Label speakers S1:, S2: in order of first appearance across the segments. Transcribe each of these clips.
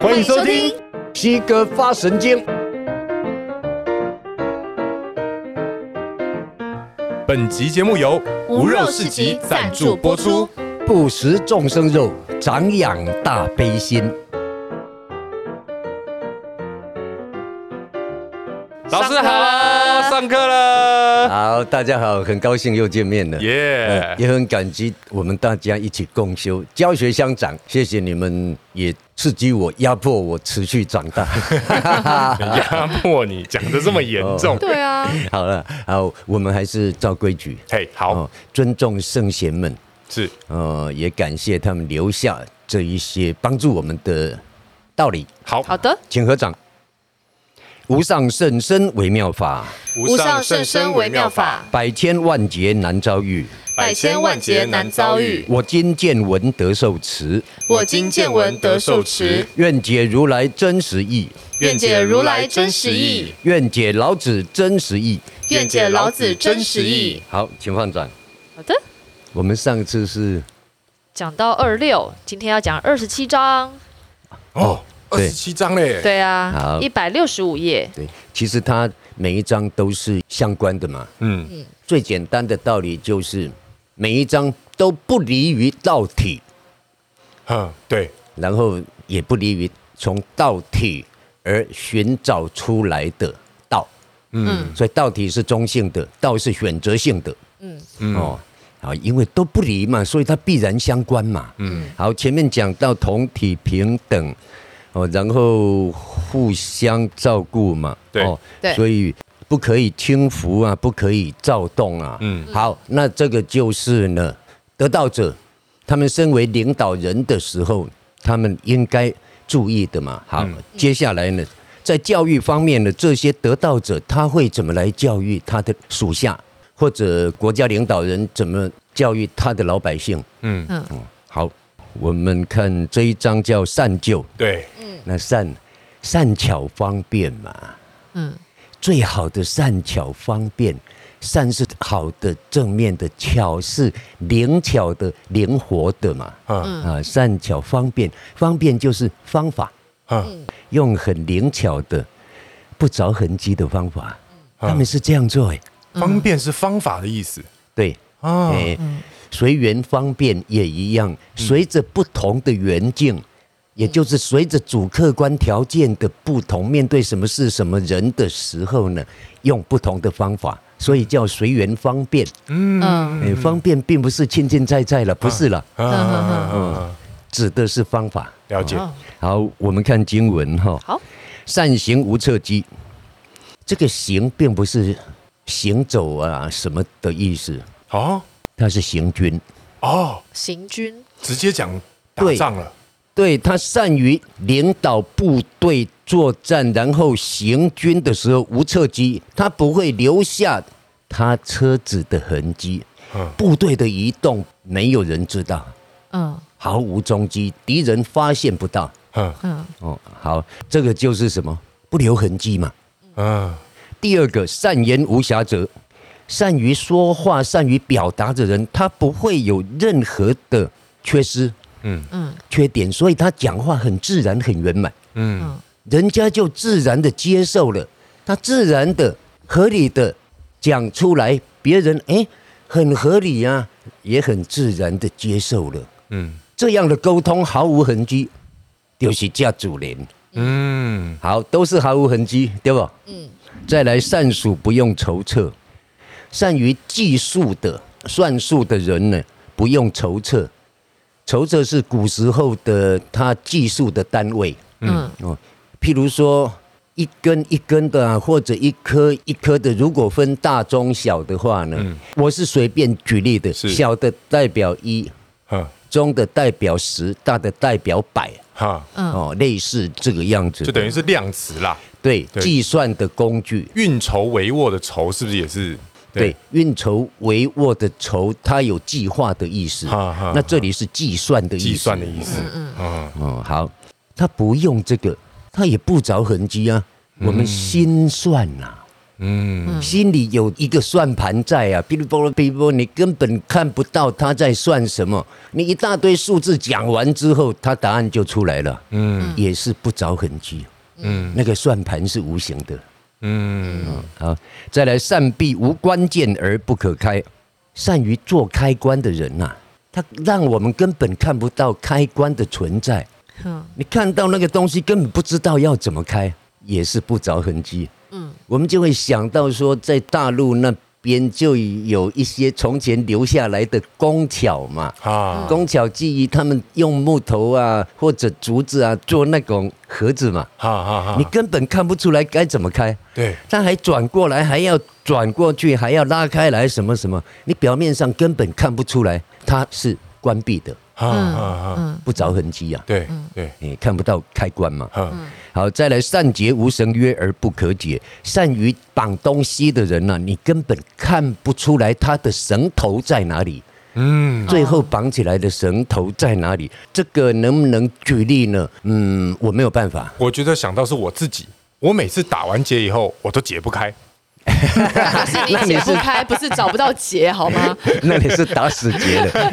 S1: 欢迎收听《西哥发神经》。
S2: 本集节目由无肉市集赞助播出。
S1: 不食众生肉，长养大悲心。
S2: 老师好，上课了，
S1: 好，大家好，很高兴又见面了。
S2: 耶！
S1: 也很感激我们大家一起共修，教学相长。谢谢你们，也刺激我、压迫我持续长大。
S2: 压迫你讲的这么严重，
S3: 对啊，
S1: 好了，好，我们还是照规矩，
S2: 嘿，好
S1: 哦，尊重圣贤们，
S2: 是
S1: 呃，也感谢他们留下这一些帮助我们的道理。
S2: 好，
S3: 好的，
S1: 请合掌。无上甚深微妙法，
S3: 无上甚深微妙法，，
S1: 百千万劫难遭遇。
S3: 百千万劫难遭遇。
S1: 我今见闻得受持，
S3: 我今见闻得受持，
S1: 愿解如来真实义，
S3: 愿解如来真实义，
S1: 愿解老子真实义。
S3: 愿解老子真实义。
S1: 好，请放掌。
S3: 好的，
S1: 我们上次是
S3: 讲到二六，今天要讲二十七章。
S2: 哦，二
S1: 对
S2: 十七章嘞，
S3: 对
S1: 好
S3: 啊，一百六十五页。
S1: 对，其实它每一章都是相关的嘛。
S2: 嗯，
S1: 最简单的道理就是，每一章都不离于道体，
S2: 哼，对，
S1: 然后也不离于从道体而寻找出来的道。
S2: 嗯，
S1: 所以道体是中性的，道是选择性的。嗯，哦，好，因为都不离嘛，所以它必然相关嘛。嗯，好，前面讲到同体平等，哦，然后互相照顾嘛。
S2: 对
S1: 哦
S3: 对
S1: 所以不可以轻浮啊，不可以躁动啊。
S2: 嗯
S1: 嗯，好，那这个就是呢，得道者他们身为领导人的时候，他们应该注意的嘛。好，接下来呢，在教育方面呢，这些得道者他会怎么来教育他的属下，或者国家领导人怎么教育他的老百姓？
S2: 嗯，
S1: 好，我们看这一章叫善救，
S2: 对，
S1: 嗯那善善巧方便嘛，
S3: 嗯，
S1: 最好的善巧方便，善是好的正面的，巧是灵巧的、灵活的嘛。
S2: 嗯
S1: 啊，善巧方便，方便就是方法，
S2: 嗯，
S1: 用很灵巧的、不着痕迹的方法，他们是这样做哎。
S3: 嗯
S2: 方便是方法的意思
S1: 对，
S2: 啊，
S1: 哎，
S3: 嗯
S1: 随缘方便也一样，随着不同的缘
S3: 嗯
S1: 境，也就是随着主客观条件的不同，面对什么事、什么人的时候呢，用不同的方法，所以叫随缘方便。
S3: 嗯，
S1: 哎，方便并不是欠欠在在了，不是了，
S2: 啊啊，
S1: 指的是方法。
S2: 了解，
S3: 哦
S1: 好，我们看经文哈、
S3: 好，
S1: 善行无侧击，这个行并不是行走啊什么的意思，
S2: 哦
S1: 它是行军。
S2: 哦，
S3: 行军
S2: 直接讲打仗了，
S1: 对他善于领导部队作战，然后行军的时候无侧击，他不会留下他车子的痕迹。
S2: 嗯
S1: 部队的移动没有人知道，
S3: 嗯
S1: 毫无踪迹，敌人发现不到。
S2: 嗯
S3: 嗯
S1: 哦，好，这个就是什么？不留痕迹嘛。
S2: 嗯，
S1: 第二个，善言无瑕者，善于说话、善于表达的人，他不会有任何的缺失、
S2: 嗯
S3: 嗯
S1: 缺点，所以他讲话很自然、很圆满。
S2: 嗯
S1: 人家就自然的接受了，他自然的、合理的讲出来，别人哎，很合理啊，也很自然的接受了。
S2: 嗯
S1: 这样的沟通毫无痕迹，就是叫主人。
S2: 嗯，
S1: 好，都是毫无痕迹，对吧？嗯。再来，善数不用筹策，善于计数的、算术的人呢，不用筹策。筹策是古时候的他计数的单位。
S3: 嗯
S1: 哦，譬如说一根一根的、啊，或者一颗一颗的，如果分大、中、小的话呢，我是随便举例的，
S2: 嗯是
S1: 小的代表一，
S2: 嗯
S1: 中的代表十，大的代表百，
S2: 哈，
S1: 哦，类似这个样子的，
S2: 就等于是量词啦，
S1: 对
S2: 对
S1: 计算的工具。
S2: 运筹帷幄的筹是不是也是？
S1: 对，运筹帷幄的筹，它有计划的意思。
S2: 哈哈
S1: 那这里是计算的意思。
S2: 计算的意思。嗯嗯
S1: 哦，好，他不用这个，他也不着痕迹啊。我们心算呐、嗯，心里有一个算盘在啊，哔哩哔哩哔哩哔哩，你根本看不到他在算什么。你一大堆数字讲完之后，他答案就出来了，嗯，也是不着痕迹，嗯，那个算盘是无形的，嗯，好，再来善必无关键而不可开，善于做开关的人呐、啊他让我们根本看不到开关的存在，
S3: 嗯
S1: 你看到那个东西根本不知道要怎么开，也是不着痕迹。嗯，我们就会想到说，在大陆那边就有一些从前留下来的工巧嘛，
S2: 啊，
S1: 工巧技艺，他们用木头啊或者竹子啊做那种盒子嘛，
S2: 哈哈
S1: 你
S2: 哈，
S1: 根本看不出来该怎么开。
S2: 对，
S1: 他还转过来，还要转过去，还要拉开来，什么什么，你表面上根本看不出来，它是关闭的，
S2: 哈哈哈，
S1: 不着痕迹啊，
S2: 对对，
S1: 你看不到开关嘛。
S2: 嗯，
S1: 好，再来善结无绳，约而不可解。善于绑东西的人呢、啊你根本看不出来他的绳头在哪里，
S2: 嗯，
S1: 最后绑起来的绳头在哪里？这个能不能举例呢？嗯，我没有办法。
S2: 我觉得想到是我自己，我每次打完结以后，我都解不开。
S3: 是你解不开，不是找不到结好吗？
S1: 那你是打死结了，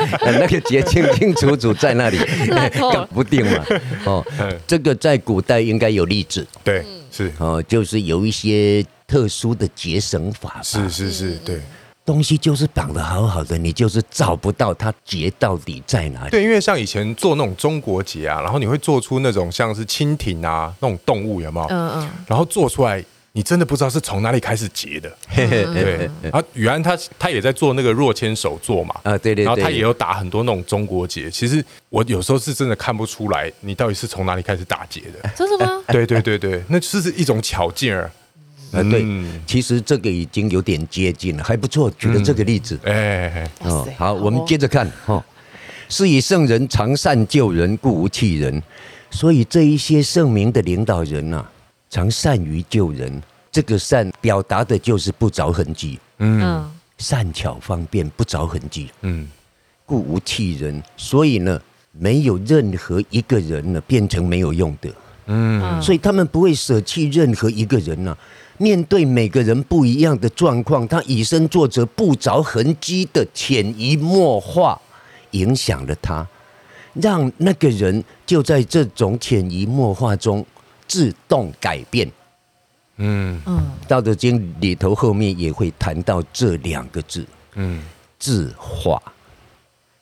S1: 那个结清清楚楚在那里，
S3: 烂透了
S1: 搞不定嘛。哦，
S2: 嗯
S1: 这个在古代应该有例子
S2: 对，是
S1: 哦，就是有一些特殊的结绳法吧
S2: 是是是，对
S1: 东西就是绑得好好的，你就是找不到它结到底在哪里。
S2: 对，因为像以前做那种中国结啊，然后你会做出那种像是蜻蜓啊那种动物，有没有？
S3: 嗯嗯，
S2: 然后做出来，你真的不知道是从哪里开始结的。对
S3: 嗯
S1: 对，
S2: 啊，宇安他他也在做那个若千手作嘛，
S1: 啊对对
S2: 然后他
S1: 对
S2: 也有打很多那种中国结。其实我有时候是真的看不出来你到底是从哪里开始打结 的。
S3: 真的吗？
S2: 对对对对，那就是一种巧劲儿。
S1: 啊对
S2: 嗯，
S1: 其实这个已经有点接近了，还不错，举了这
S2: 嗯
S1: 个例子。
S2: 哎，
S3: 哇
S1: 哦
S3: 塞，
S1: 好，
S3: 哦
S1: 我们接着看哈、哦。是以圣人常善救人，故无弃人。所以这一些圣明的领导人呐、常善于救人。这个善表达的就是不着痕迹，
S3: 嗯，
S1: 善巧方便，不着痕迹，
S2: 嗯，
S1: 故无弃人。所以呢，没有任何一个人呢变成没有用的。
S3: 嗯
S1: 所以他们不会舍弃任何一个人呐、啊面对每个人不一样的状况，他以身作则，不着痕迹的潜移默化，影响了他，让那个人就在这种潜移默化中自动改变。
S2: 嗯
S3: 嗯
S1: 《道德经》里头后面也会谈到这两个字
S2: 嗯，
S1: “自化”，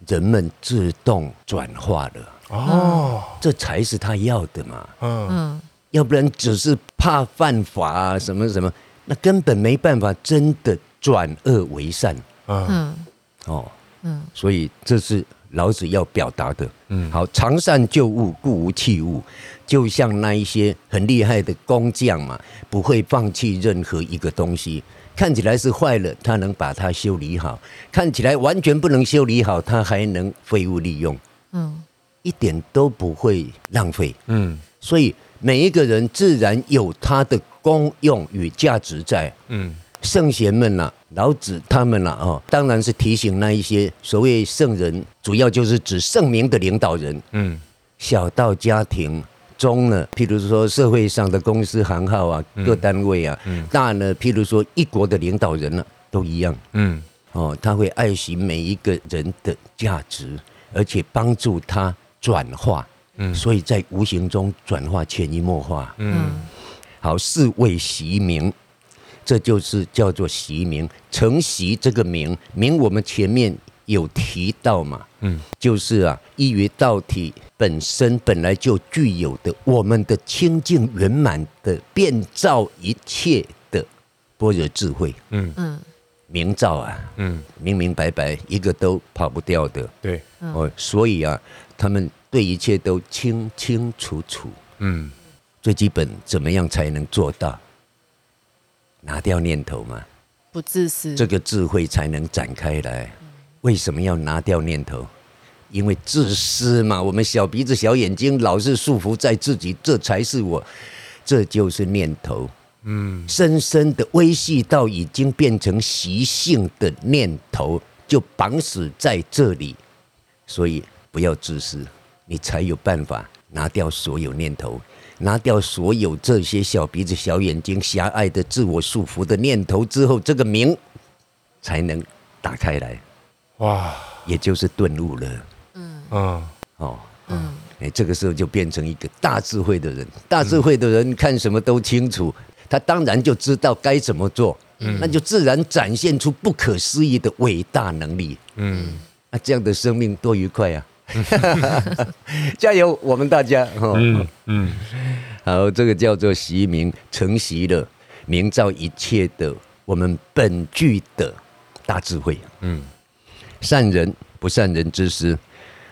S1: 人们自动转化了，
S2: 哦，
S1: 这才是他要的嘛。
S2: 嗯
S3: 嗯
S1: 要不然只是怕犯法啊，什么什么，那根本没办法真的转恶为善
S2: 嗯
S3: 嗯
S1: 哦。
S3: 嗯，
S1: 所以这是老子要表达的。
S2: 嗯
S1: 嗯，好，常善救物，故无弃物。就像那一些很厉害的工匠嘛，不会放弃任何一个东西。看起来是坏了，他能把它修理好；看起来完全不能修理好，他还能废物利用，
S3: 嗯
S1: 一点都不会浪费。
S2: 嗯
S1: 所以每一个人自然有他的功用与价值在。
S2: 嗯
S1: 圣贤们呐、老子他们呐、哦，当然是提醒那一些所谓圣人，主要就是指圣明的领导人，
S2: 嗯
S1: 小到家庭。中呢，譬如说社会上的公司行号啊，
S2: 嗯
S1: 各单位啊，大呢，譬如说一国的领导人呢、都一样
S2: 嗯
S1: 哦，他会爱惜每一个人的价值，而且帮助他转化，
S2: 嗯
S1: 所以在无形中转化、潜移默化。
S2: 嗯
S1: 好，是谓习名，这就是叫做习名。承袭这个名，名我们前面有提到嘛，
S2: 嗯，
S1: 就是啊，依于道体本身本来就具有的，我们的清净圆满的变造一切的般若智慧
S2: 嗯
S3: 嗯
S1: 明照啊，
S2: 嗯，
S1: 明明白白，一个都跑不掉的。
S2: 对，
S1: 哦，所以啊，他们对一切都清清楚楚。
S2: 嗯
S1: 最基本怎么样才能做到？拿掉念头嘛，
S3: 不自私，
S1: 这个智慧才能展开来。为什么要拿掉念头？因为自私嘛，我们小鼻子小眼睛老是束缚在自己，这才是我，这就是念头。嗯，深深的微细到已经变成习性的念头，就绑死在这里。所以不要自私，你才有办法拿掉所有念头。拿掉所有这些小鼻子、小眼睛、狭隘的自我束缚的念头之后，这个明才能打开来，
S2: 哇，
S1: 也就是顿悟了。
S2: 嗯，
S1: 哦，嗯，哎，这个时候就变成一个大智慧的人。大智慧的人看什么都清楚，他当然就知道该怎么做，
S2: 嗯
S1: 那就自然展现出不可思议的伟大能力。
S2: 嗯，
S1: 啊，这样的生命多愉快 呀、啊！加油，我们大家。哦、
S2: 嗯，嗯，
S1: 好，这个叫做习明，承袭了明照一切的我们本具的大智慧。
S2: 嗯，
S1: 善人不善人之师，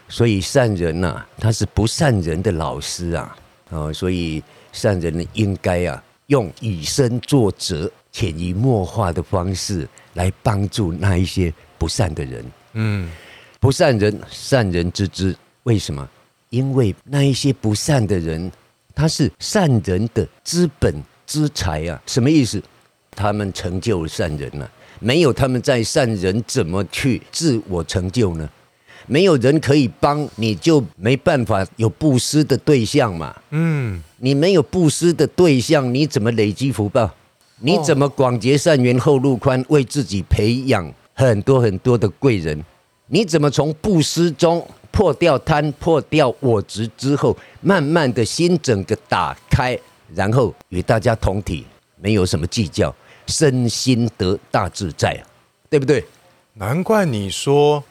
S1: 所以善人呐、他是不善人的老师啊，哦，所以善人呢，应该啊，用以身作则、潜移默化的方式来帮助那一些不善的人。
S2: 嗯，
S1: 不善人，善人之之。为什么？因为那一些不善的人，他是善人的资本资财啊。什么意思？他们成就了善人了、没有他们在善人，怎么去自我成就呢？没有人可以帮，你就没办法有布施的对象嘛。
S2: 嗯，
S1: 你没有布施的对象，你怎么累积福报？你怎么广结善缘，后路宽，为自己培养很多很多的贵人？你怎么从布施中破掉贪、破掉我执之后，慢慢的心整个打开，然后与大家同体，没有什么计较，身心得大自在啊，对不对？
S2: 难怪你说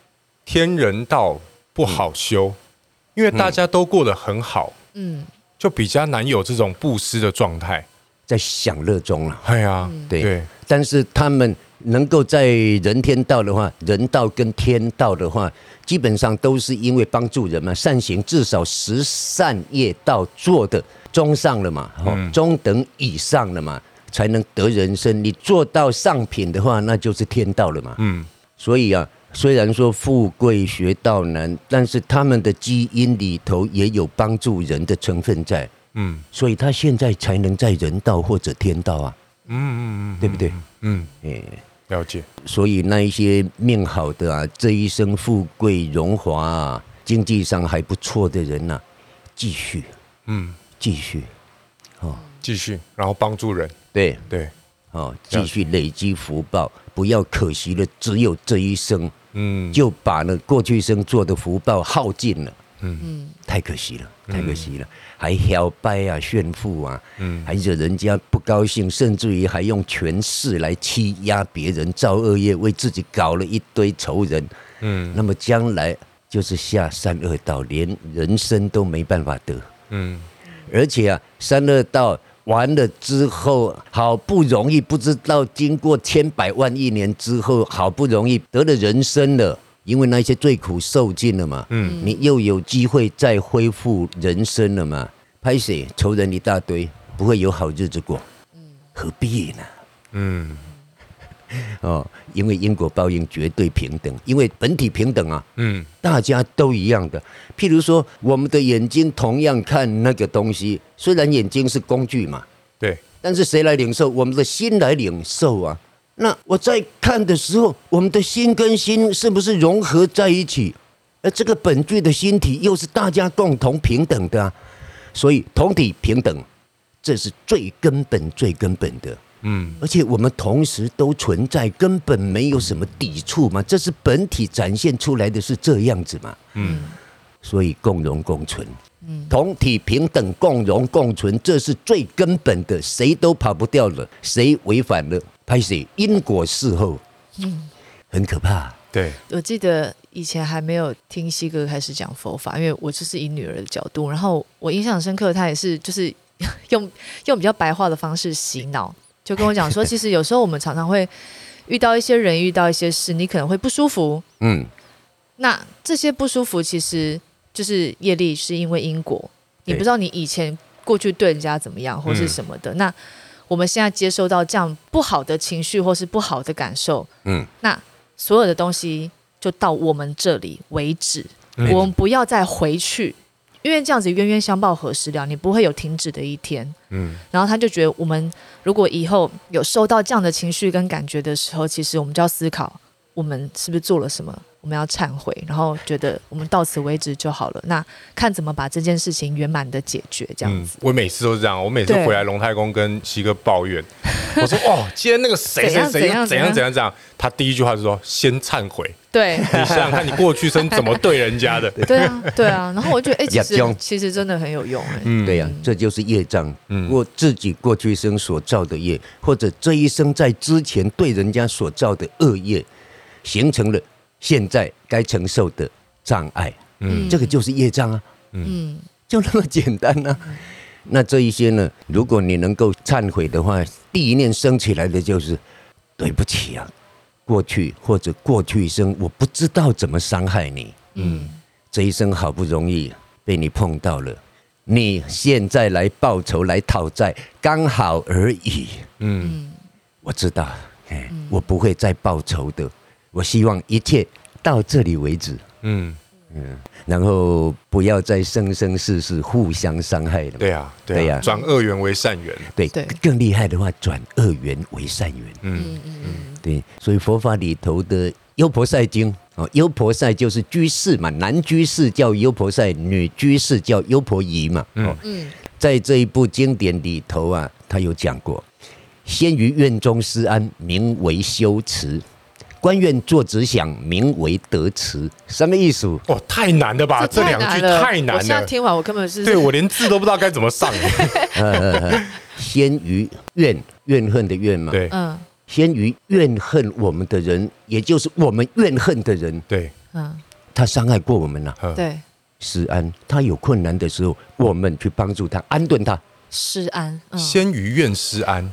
S2: 天人道不好修，因为大家都过得很好，
S3: 嗯，
S2: 就比较难有这种布施的状态。
S4: 嗯
S1: 在享乐中啊了、
S2: 哎呀，
S1: 对，但是他们能够在人天道的话，人道跟天道的话，基本上都是因为帮助人嘛，善行至少十善业道做的中上了嘛，哦，中等以上了嘛，才能得人生。你做到上品的话，那就是天道了嘛。
S2: 嗯，
S1: 所以啊，虽然说富贵学道难，但是他们的基因里头也有帮助人的成分在，
S2: 嗯，
S1: 所以他现在才能在人道或者天道啊，
S2: 嗯嗯嗯
S1: 对不对？
S2: 嗯，
S1: 嗯。
S2: 了解。
S1: 所以那一些命好的啊，这一生富贵荣华啊，经济上还不错的人呐、继续
S2: 嗯，
S1: 继续，
S2: 继续，然后帮助人。
S1: 对，
S2: 对，
S1: 哦，
S2: 了
S1: 继续累积福报，不要可惜了，只有这一生，
S2: 嗯，
S1: 就把那过去生做的福报耗尽了，嗯，太可惜了，太可惜了，还摇摆啊，炫富啊，嗯，还惹人家不高兴，甚至于还用权势来欺压别人，造恶业，为自己搞了一堆仇人，
S2: 嗯
S1: 那么将来就是下三恶道，连人生都没办法得。
S2: 嗯
S1: 而且啊，三恶道完了之后，好不容易不知道经过千百万亿年之后，好不容易得了人生了。因为那些罪苦受尽了嘛，嗯，你又有机会再恢复人生了嘛，拍谁仇人一大堆，不会有好日子过，何必呢？
S2: 嗯
S1: 哦，因为因果报应绝对平等，因为本体平等啊，
S2: 嗯
S1: 大家都一样的。譬如说，我们的眼睛同样看那个东西，虽然眼睛是工具嘛，
S2: 对，
S1: 但是谁来领受？我们的心来领受啊。那我在看的时候，我们的心跟心是不是融合在一起？而这个本具的心体又是大家共同平等的、啊，所以同体平等，这是最根本、最根本的。
S2: 嗯
S1: 而且我们同时都存在，根本没有什么抵触嘛，这是本体展现出来的是这样子嘛，
S2: 嗯
S1: 所以共荣共存，同体平等，共荣共存，这是最根本的，谁都跑不掉了，谁违反了，拍谁因果事后，很可怕，
S2: 对，
S4: 我记得以前还没有听西哥开始讲佛法，因为我就是以女儿的角度，然后我印象深刻，他也是就是 用用比较白话的方式洗脑，就跟我讲 说，其实有时候我们常常会遇到一些人，遇到一些事，你可能会不舒服，
S1: 嗯，
S4: 那这些不舒服其实就是业力，是因为因果，你
S1: 对嗯
S4: 不知道你以前过去对人家怎么样或是什么的。那我们现在接收到这样不好的情绪或是不好的感受，
S1: 嗯，
S4: 那所有的东西就到我们这里为止，
S2: 嗯
S4: 我们不要再回去，因为这样子冤冤相报何时了，你不会有停止的一天。
S2: 嗯
S4: 然后他就觉得，我们如果以后有受到这样的情绪跟感觉的时候，其实我们就要思考，我们是不是做了什么，我们要忏悔，然后觉得我们到此为止就好了。那看怎么把这件事情圆满的解决，这样
S2: 嗯
S4: 子。，
S2: 我每次都是这样，我每次
S4: 对
S2: 回来龙太公跟西哥抱怨， 我说哦，今天那个谁
S4: 怎
S2: 谁
S4: 样
S2: 谁
S4: 怎
S2: 又
S4: 样
S2: 怎样
S4: 怎样
S2: 怎样怎样，他第一句话就说先忏 悔，
S4: 对，
S2: 你想想看你过去生怎么对人家的，
S4: 对啊，对啊。然后我觉得，哎、其
S1: 亚洲
S4: 实其实真的很有用、哎、
S2: 嗯
S1: 对呀、这就是业障，我自己过去生所造的业，或者这一生在之前对人家所造的恶业，形成了现在该承受的障碍。嗯，这个就是业障啊，
S4: 嗯，
S1: 就那么简单啊。那这一些呢，如果你能够忏悔的话，第一念升起来的就是对不起啊，过去或者过去生我不知道怎么伤害你，嗯，这一生好不容易被你碰到了，你现在来报仇来讨债，刚好而已。
S2: 嗯
S1: 我知道，哎，我不会再报仇的。我希望一切到这里为止，
S2: 嗯，
S1: 然后不要再生生世世互相伤害了嘛。
S2: 对啊，
S1: 对
S2: 对啊，
S1: 呀
S2: 转恶缘为善缘，
S1: 对，
S4: 对
S1: 更厉害的话，转恶缘为善缘。
S2: 嗯
S1: 对，所以佛法里头的优婆塞经哦，优婆塞就是居士嘛，男居士叫优婆塞，女居士叫优婆夷嘛。哦，
S4: 嗯
S1: 在这一部经典里头啊，他有讲过，先于愿中施安，名为修持；官愿作止想，名为得持。什么意思？
S2: 哦，太难了吧，这
S4: 太
S2: 两句
S4: 难了
S2: 太
S4: 我
S2: 难
S4: 现在
S2: 了，
S4: 听完，我根本是
S2: 对我连字都不知道该怎么上，
S1: 先于怨怨恨的怨嘛，
S2: 对
S4: 嗯
S1: 先于怨恨我们的人，也就是我们怨恨的人，
S2: 对，
S4: 嗯，
S1: 他伤害过我们了、
S2: 嗯，
S4: 对，
S1: 施安，他有困难的时候，我们去帮助他，安顿他。
S4: 施安，嗯，
S2: 先于愿施安，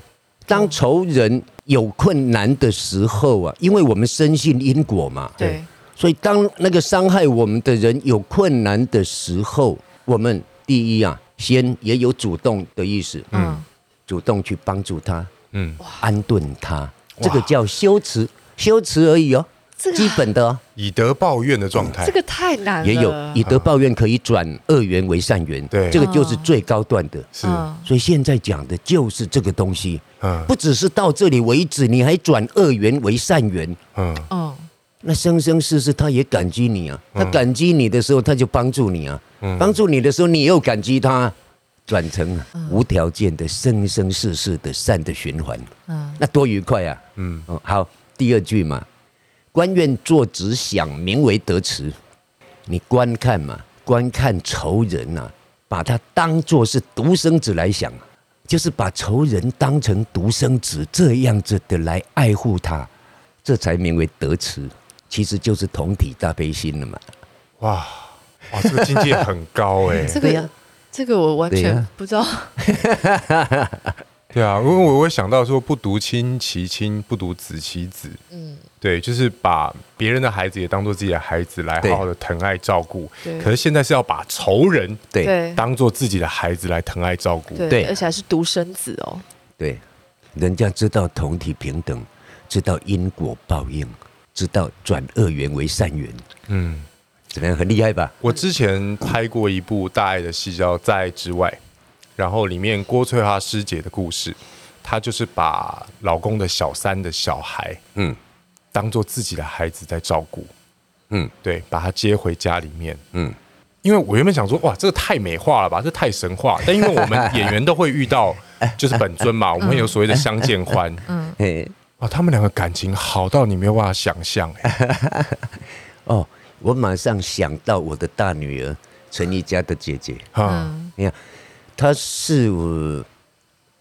S1: 当仇人有困难的时候啊，因为我们深信因果嘛，
S4: 对，
S1: 所以当那个伤害我们的人有困难的时候，我们第一啊，先也有主动的意思，
S4: 嗯
S1: 主动去帮助他，
S2: 嗯，
S1: 安顿他，这个叫修持，修持而已哦，
S4: 这个
S1: 基本的、哦、
S2: 以德报怨的状态
S4: 这，个太难了，
S1: 也有以德报怨，可以转恶缘为善缘，
S2: 对
S1: 这个就是最高段的。
S2: 是，
S4: 嗯，
S1: 所以现在讲的就是这个东西，
S2: 嗯
S1: 不只是到这里为止，你还转恶缘为善缘，
S2: 嗯
S4: 嗯
S1: 那生生世世他也感激你啊。他感激你的时候，他就帮助你啊
S2: 嗯；
S1: 帮助你的时候，你又感激他，转成无条件的生生世世的善的循环，
S4: 嗯
S1: 那多愉快啊！
S2: 嗯
S1: 哦，好，第二句嘛，官愿作只想，名为得持。你观看嘛，观看仇人呐、把他当作是独生子来想，啊就是把仇人当成独生子这样子的来爱护他，这才名为得持。其实就是同体大悲心了嘛。
S2: 哇哇，这个境界很高哎、
S4: 这
S1: 对呀
S4: 个这个我完
S1: 对
S4: 全
S1: 呀
S4: 不知道，
S2: 对啊，因为我会想到说，不独亲其亲，不独子其子，
S4: 嗯，
S2: 对，就是把别人的孩子也当做自己的孩子来
S1: 对
S2: 好好的疼爱照顾。
S4: 对
S2: 可是现在是要把仇人
S1: 对
S4: 对
S2: 当做自己的孩子来疼爱照顾。
S4: 对，
S1: 对
S4: 而且还是独生子哦，
S1: 对，人家知道同体平等，知道因果报应，知道转恶缘为善缘，
S2: 嗯，
S1: 怎么样？很厉害吧？
S2: 我之前拍过一部大爱的戏叫《在爱之外》，然后里面郭翠华师姐的故事，她就是把老公的小三的小孩
S1: 嗯
S2: 当做自己的孩子在照顾。
S1: 嗯
S2: 对，把他接回家里面。
S1: 嗯，
S2: 因为我原本想说，哇，这个太美化了吧，这太神话了。但因为我们 演员都会遇到，就是本尊嘛，我们有所谓的相见欢。嗯，
S1: 嘿。
S2: 哇，他们两个感情好到你没有办法想象、哎
S1: 哦，我马上想到我的大女儿陈怡佳的姐姐，
S2: 啊，
S1: 你看，她是我，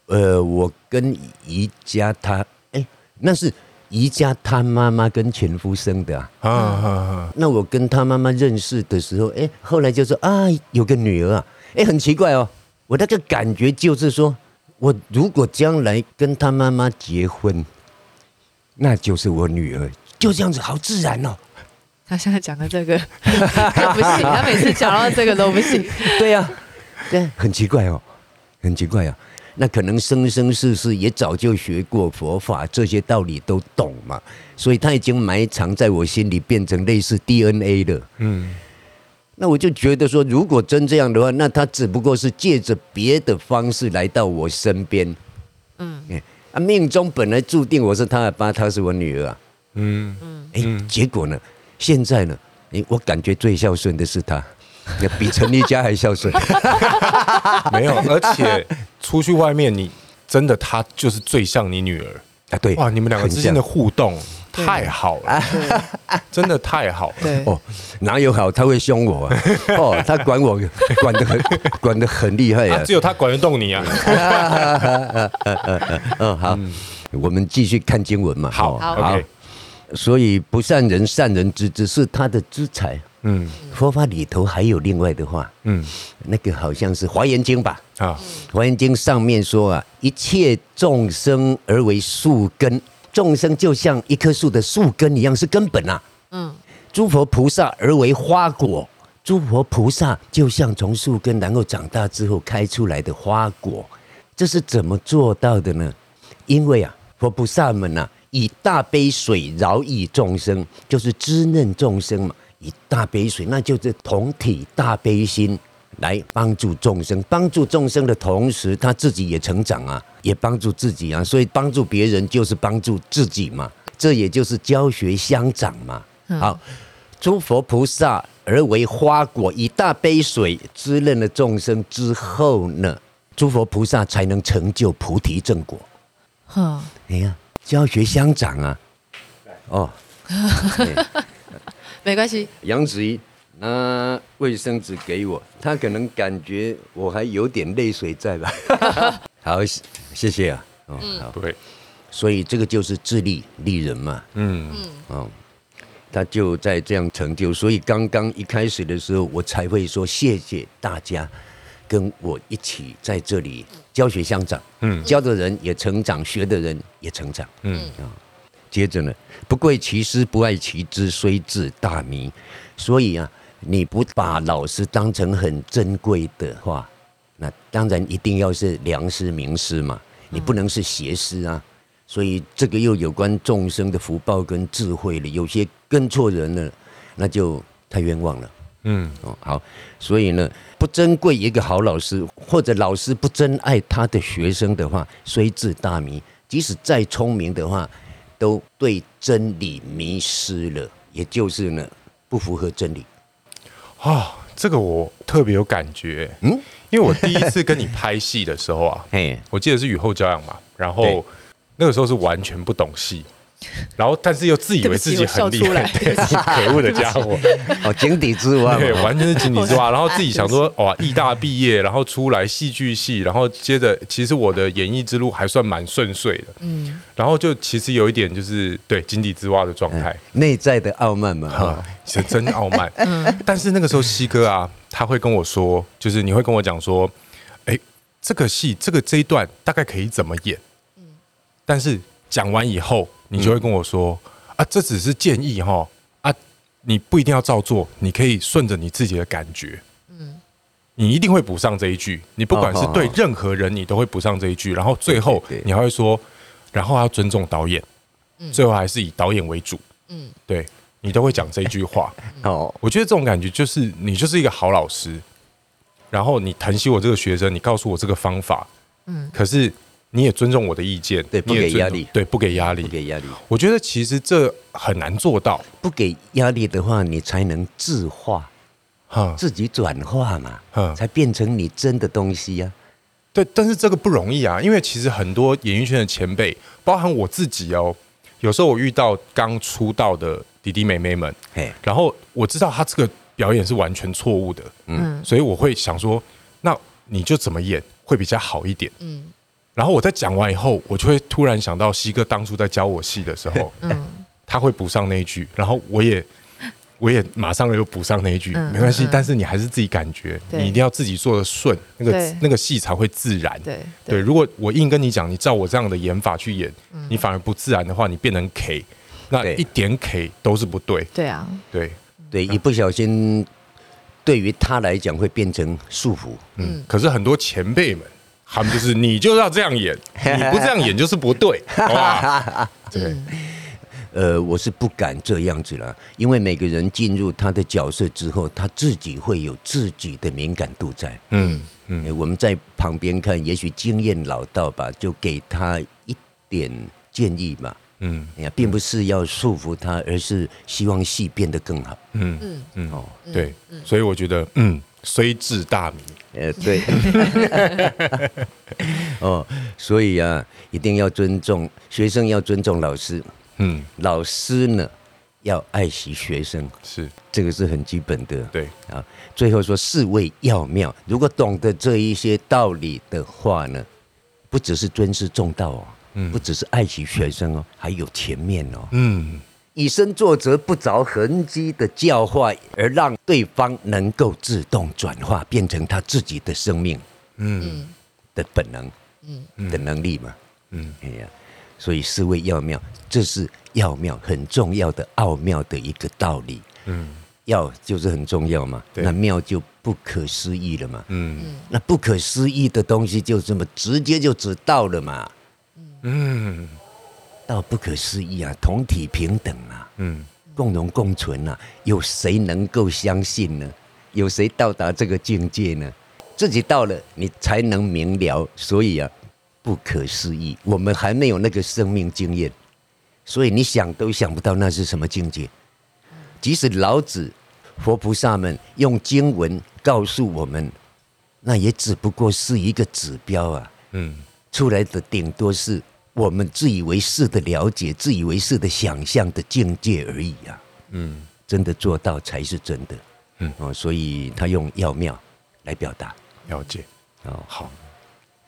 S1: 呃，我跟宜家她，哎，那是宜家她妈妈跟前夫生的啊。
S2: 啊啊啊！
S1: 那我跟她妈妈认识的时候，哎，后来就说啊，有个女儿啊，哎，很奇怪哦，我那个感觉就是说，我如果将来跟她妈妈结婚，那就是我女儿，就这样子，好自然哦。
S4: 他现在讲的这 个都不行，他每次讲到这个都不行，
S1: 对呀、对，很奇怪哦，很奇怪啊。那可能生生世世也早就学过佛法，这些道理都懂嘛，所以他已经埋藏在我心里，变成类似 DNA 了。
S2: 嗯，
S1: 那我就觉得说，如果真这样的话，那他只不过是借着别的方式来到我哎身边。嗯，啊，命中本来注定我是他的爸，他是我女儿啊。
S2: 嗯，
S1: 哎、
S2: 嗯
S1: 结果呢，现在呢，哎、我感觉最孝顺的是他，比陈丽佳还孝顺。
S2: 没有，而 且出去外面，你真的她就是最像你女儿
S1: 啊，对，
S2: 哇！你们两个
S1: 很
S2: 之间的
S1: 像
S2: 互动
S4: 对
S2: 太好了，真的太好了。
S4: 对，
S1: 哦，哪有好？他会凶我 啊！哦，他管我管得很管得很厉害
S2: 啊
S1: 啊！
S2: 只有她管得动你啊！
S1: 嗯，好，我们继续看经文嘛。
S2: 好
S1: 哦
S2: ，OK，
S1: 所以不善人善人之之是他的资财。
S2: 嗯
S1: 佛法里头还有另外的话，
S2: 嗯
S1: 那个好像是《华严经》吧，
S2: 啊，
S1: 《华严经》上面说啊，一切众生而为树根，众生就像一棵树的树根一样，是根本啊。
S4: 嗯，
S1: 诸佛菩萨而为花果，诸佛菩萨就像从树根然后长大之后开出来的花果，这是怎么做到的呢？因为啊，佛菩萨们呐、啊，以大杯水饶益众生，就是滋润众生嘛。以大杯水，那就是同体大悲心来帮助众生，帮助众生的同时，他自己也成长啊，也帮助自己啊。所以帮助别人就是帮助自己嘛，这也就是教学相长嘛。好，诸佛菩萨而为花果，以大杯水滋润了众生之后呢，诸佛菩萨才能成就菩提正果。
S4: 哼，
S1: 你看，教学相长啊。哦，
S4: 没关系，
S1: 杨子怡拿卫生纸给我，他可能感觉我还有点泪水在吧。好，谢谢谢啊。哦，好，
S2: 对，
S1: 所以这个就是自利利人嘛。
S2: 嗯
S1: 哦，他就在这样成就。所以刚刚一开始的时候，我才会说谢谢大家，跟我一起在这里教学相长，
S2: 嗯
S1: 教的人也成长，学的人也成长。啊
S2: 嗯
S1: 接着呢，不贵其师，不爱其知，虽智大迷。所以啊，你不把老师当成很珍贵的话，那当然一定要是良师名师嘛，你不能是邪师啊。所以这个又有关众生的福报跟智慧了，有些跟错人了，那就太冤枉了。
S2: 嗯
S1: 哦，好，所以呢，不珍贵一个好老师，或者老师不珍爱他的学生的话，虽智大迷，即使再聪明的话，都对真理迷失了，也就是呢，不符合真理。
S2: 啊，这个我特别有感觉，嗯，因为我第一次跟你拍戏的时候 啊，
S1: 嘿，
S2: 我记得是雨后骄阳嘛，然
S1: 对
S2: 后那个时候是完全不懂戏，然后但是又自以为自己很厉害，对，
S4: 对
S2: 可恶的家 伙，
S1: 哦，井底之 蛙
S2: 对，
S1: 嘛，哦
S2: 完全是井底之啊 蛙。然后自己想说，哇，艺大毕业，然后出来戏剧系，然后接着其实我的演艺之路还算蛮顺遂的，嗯，然后就其实有一点就是对井底之蛙的状态。
S1: 内在的傲 慢嘛，哦哈、
S2: 啊，是真傲慢。但是那个时候西哥啊，他会跟我说，就是你会跟我讲说，哎、这个戏这个这一段大概可以怎么演，但是讲完以后，你就会跟我说、
S1: 嗯
S2: 啊，这只是建议哈，啊，你不一定要照做，你可以顺着你自己的感觉，你一定会补上这一句，你不管是对
S1: 哦哦哦
S2: 任何人，你都会补上这一句，然后最后
S1: 对对对嗯
S2: 你还会说，然后要尊重导演，最后还是以导演为主，嗯，对你都会讲这一句话，
S1: 哦，
S2: 我觉得这种感觉就是你就是一个好老师，然后你疼惜我这个学生，你告诉我这个方法，嗯，可是你也尊重我的意见，
S1: 对不
S2: 你也
S1: 给
S2: 尊
S1: 压
S2: 重
S1: 力
S2: 对，不给压
S1: 不
S2: 力。
S1: 给压力，
S2: 我觉得其实这很难做到，
S1: 不给压力的话，你才能自化，
S2: 哈，
S1: 自己转化嘛，
S2: 嗯
S1: 才变成你真的东西啊呀、
S2: 对，但是这个不容易啊，因为其实很多演艺圈的前辈，包含我自己哦，有时候我遇到刚出道的弟弟妹妹们，
S1: 嘿，
S2: 然后我知道他这个表演是完全错误的，
S4: 嗯
S2: 所以我会想说，那你就怎么演会比较好一点。
S4: 嗯
S2: 然后我在讲完以后，我就会突然想到西哥当初在教我戏的时候，
S4: 嗯，
S2: 他会补上那一句，然后我也我也马上又补上那一句，
S4: 嗯
S2: 没关系，
S4: 嗯
S2: 但是你还是自己感觉，
S4: 对
S2: 你一定要自己做的顺，那个
S4: 对
S2: 那个戏才会自然。
S4: 对嗯
S2: 对，，如果我硬跟你讲，你照我这样的演法去演，你反而不自然的话，你变成 K，那
S1: 对
S2: 一点 K 都是不对。
S4: 对啊，
S2: 对，
S1: 对，一不小心，对于他来讲会变成束缚。
S2: 嗯，可是很多前辈们，他们就是你就是要这样 演，你不这样演就是不 对，好吧？对，
S1: 呃，我是不敢这样子了，因为每个人进入他的角色之后，他自己会有自己的敏感度在。
S2: 嗯嗯
S1: 呃我们在旁边看，也许经验老道吧，就给他一点建议嘛。
S2: 嗯
S1: 哎呀，并不是要束缚他，而是希望戏变得更好。
S2: 嗯
S4: 嗯，
S2: 嗯，
S1: 哦，
S2: 对，所以我觉得，嗯，虽智大迷，
S1: 呃，对， 哦，所以啊，一定要尊重学生，要尊重老师，
S2: 嗯，
S1: 老师呢要爱惜学生，
S2: 是
S1: 这个是很基本的。
S2: 对，
S1: 啊，最后说士为要妙，如果懂得这一些道理的话呢，不只是尊师重道哦，
S2: 嗯
S1: 不只是爱惜学生哦，还有前面哦，
S2: 嗯
S1: 以身作则，不着痕迹的教化，而让对方能够自动转化，变成他自己的生命
S2: 嗯
S1: 的本能，嗯的能力嘛。
S2: 嗯，
S1: 哎呀，所以是为要妙，这是要妙很重要的奥妙的一个道理。
S2: 嗯
S1: 要就是很重要嘛，
S2: 对
S1: 那妙就不可思议了嘛。
S2: 嗯
S1: 那不可思议的东西就这么直接就知道了嘛，
S2: 嗯
S1: 到不可思议啊，同体平等啊，
S2: 嗯
S1: 共荣共存啊，有谁能够相信呢？有谁到达这个境界呢？自己到了，你才能明了。所以啊，不可思议，我们还没有那个生命经验，所以你想都想不到那是什么境界。即使老子、佛菩萨们用经文告诉我们，那也只不过是一个指标啊。
S2: 嗯
S1: 出来的顶多是我们自以为是的了解、自以为是的想象的境界而已啊。
S2: 嗯，
S1: 真的做到才是真的。
S2: 嗯
S1: 哦，所以他用“要妙”来表达。
S2: 了解，
S1: 哦，
S2: 好，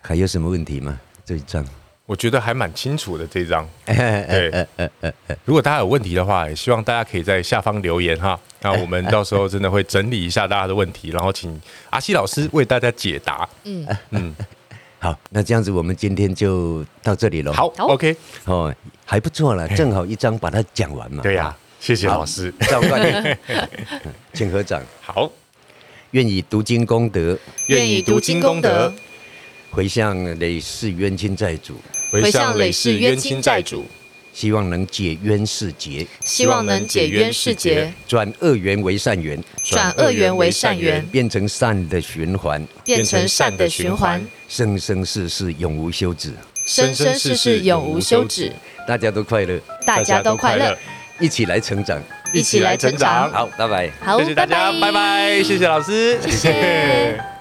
S1: 还有什么问题吗？这一章？
S2: 我觉得还蛮清楚的这一章。
S1: 哎
S2: 对，如果大家有问题的话，也希望大家可以在下方留言哈。那我 们到时候真的会整理一下大家的问题，然后请阿西老师为大家解答。嗯嗯，
S1: 好，那这样子我们今天就到这里了。
S2: 好，
S3: 好
S2: ，OK，
S1: 哦，还不错了，正好一章把它讲完嘛。
S2: 对呀、谢谢
S1: 好
S2: 老师。
S1: 赵冠 霖，请合掌。
S2: 好，
S1: 愿以读经功德，
S2: 愿以读经功德，
S1: 回向累世冤亲债主，
S2: 回
S3: 回向
S2: 向累
S3: 累
S2: 世
S3: 世
S2: 冤
S3: 冤
S2: 亲
S3: 亲
S2: 债
S3: 债
S2: 主
S3: 主，
S1: 希望能解冤释结，
S3: 希望能解冤释结，
S1: 转恶缘为善缘，
S3: 转恶缘为善缘，
S1: 变成善的循环，
S3: 变成善的循环，
S1: 生生世世永无休止。
S3: 生生世世永无休止。
S1: 大家都快乐，
S3: 大家都快乐，，
S1: 一起来成长。
S3: 一起来成长。
S1: 好，拜拜。
S3: 好，
S2: 谢谢大家，拜拜，谢谢老师，
S3: 谢谢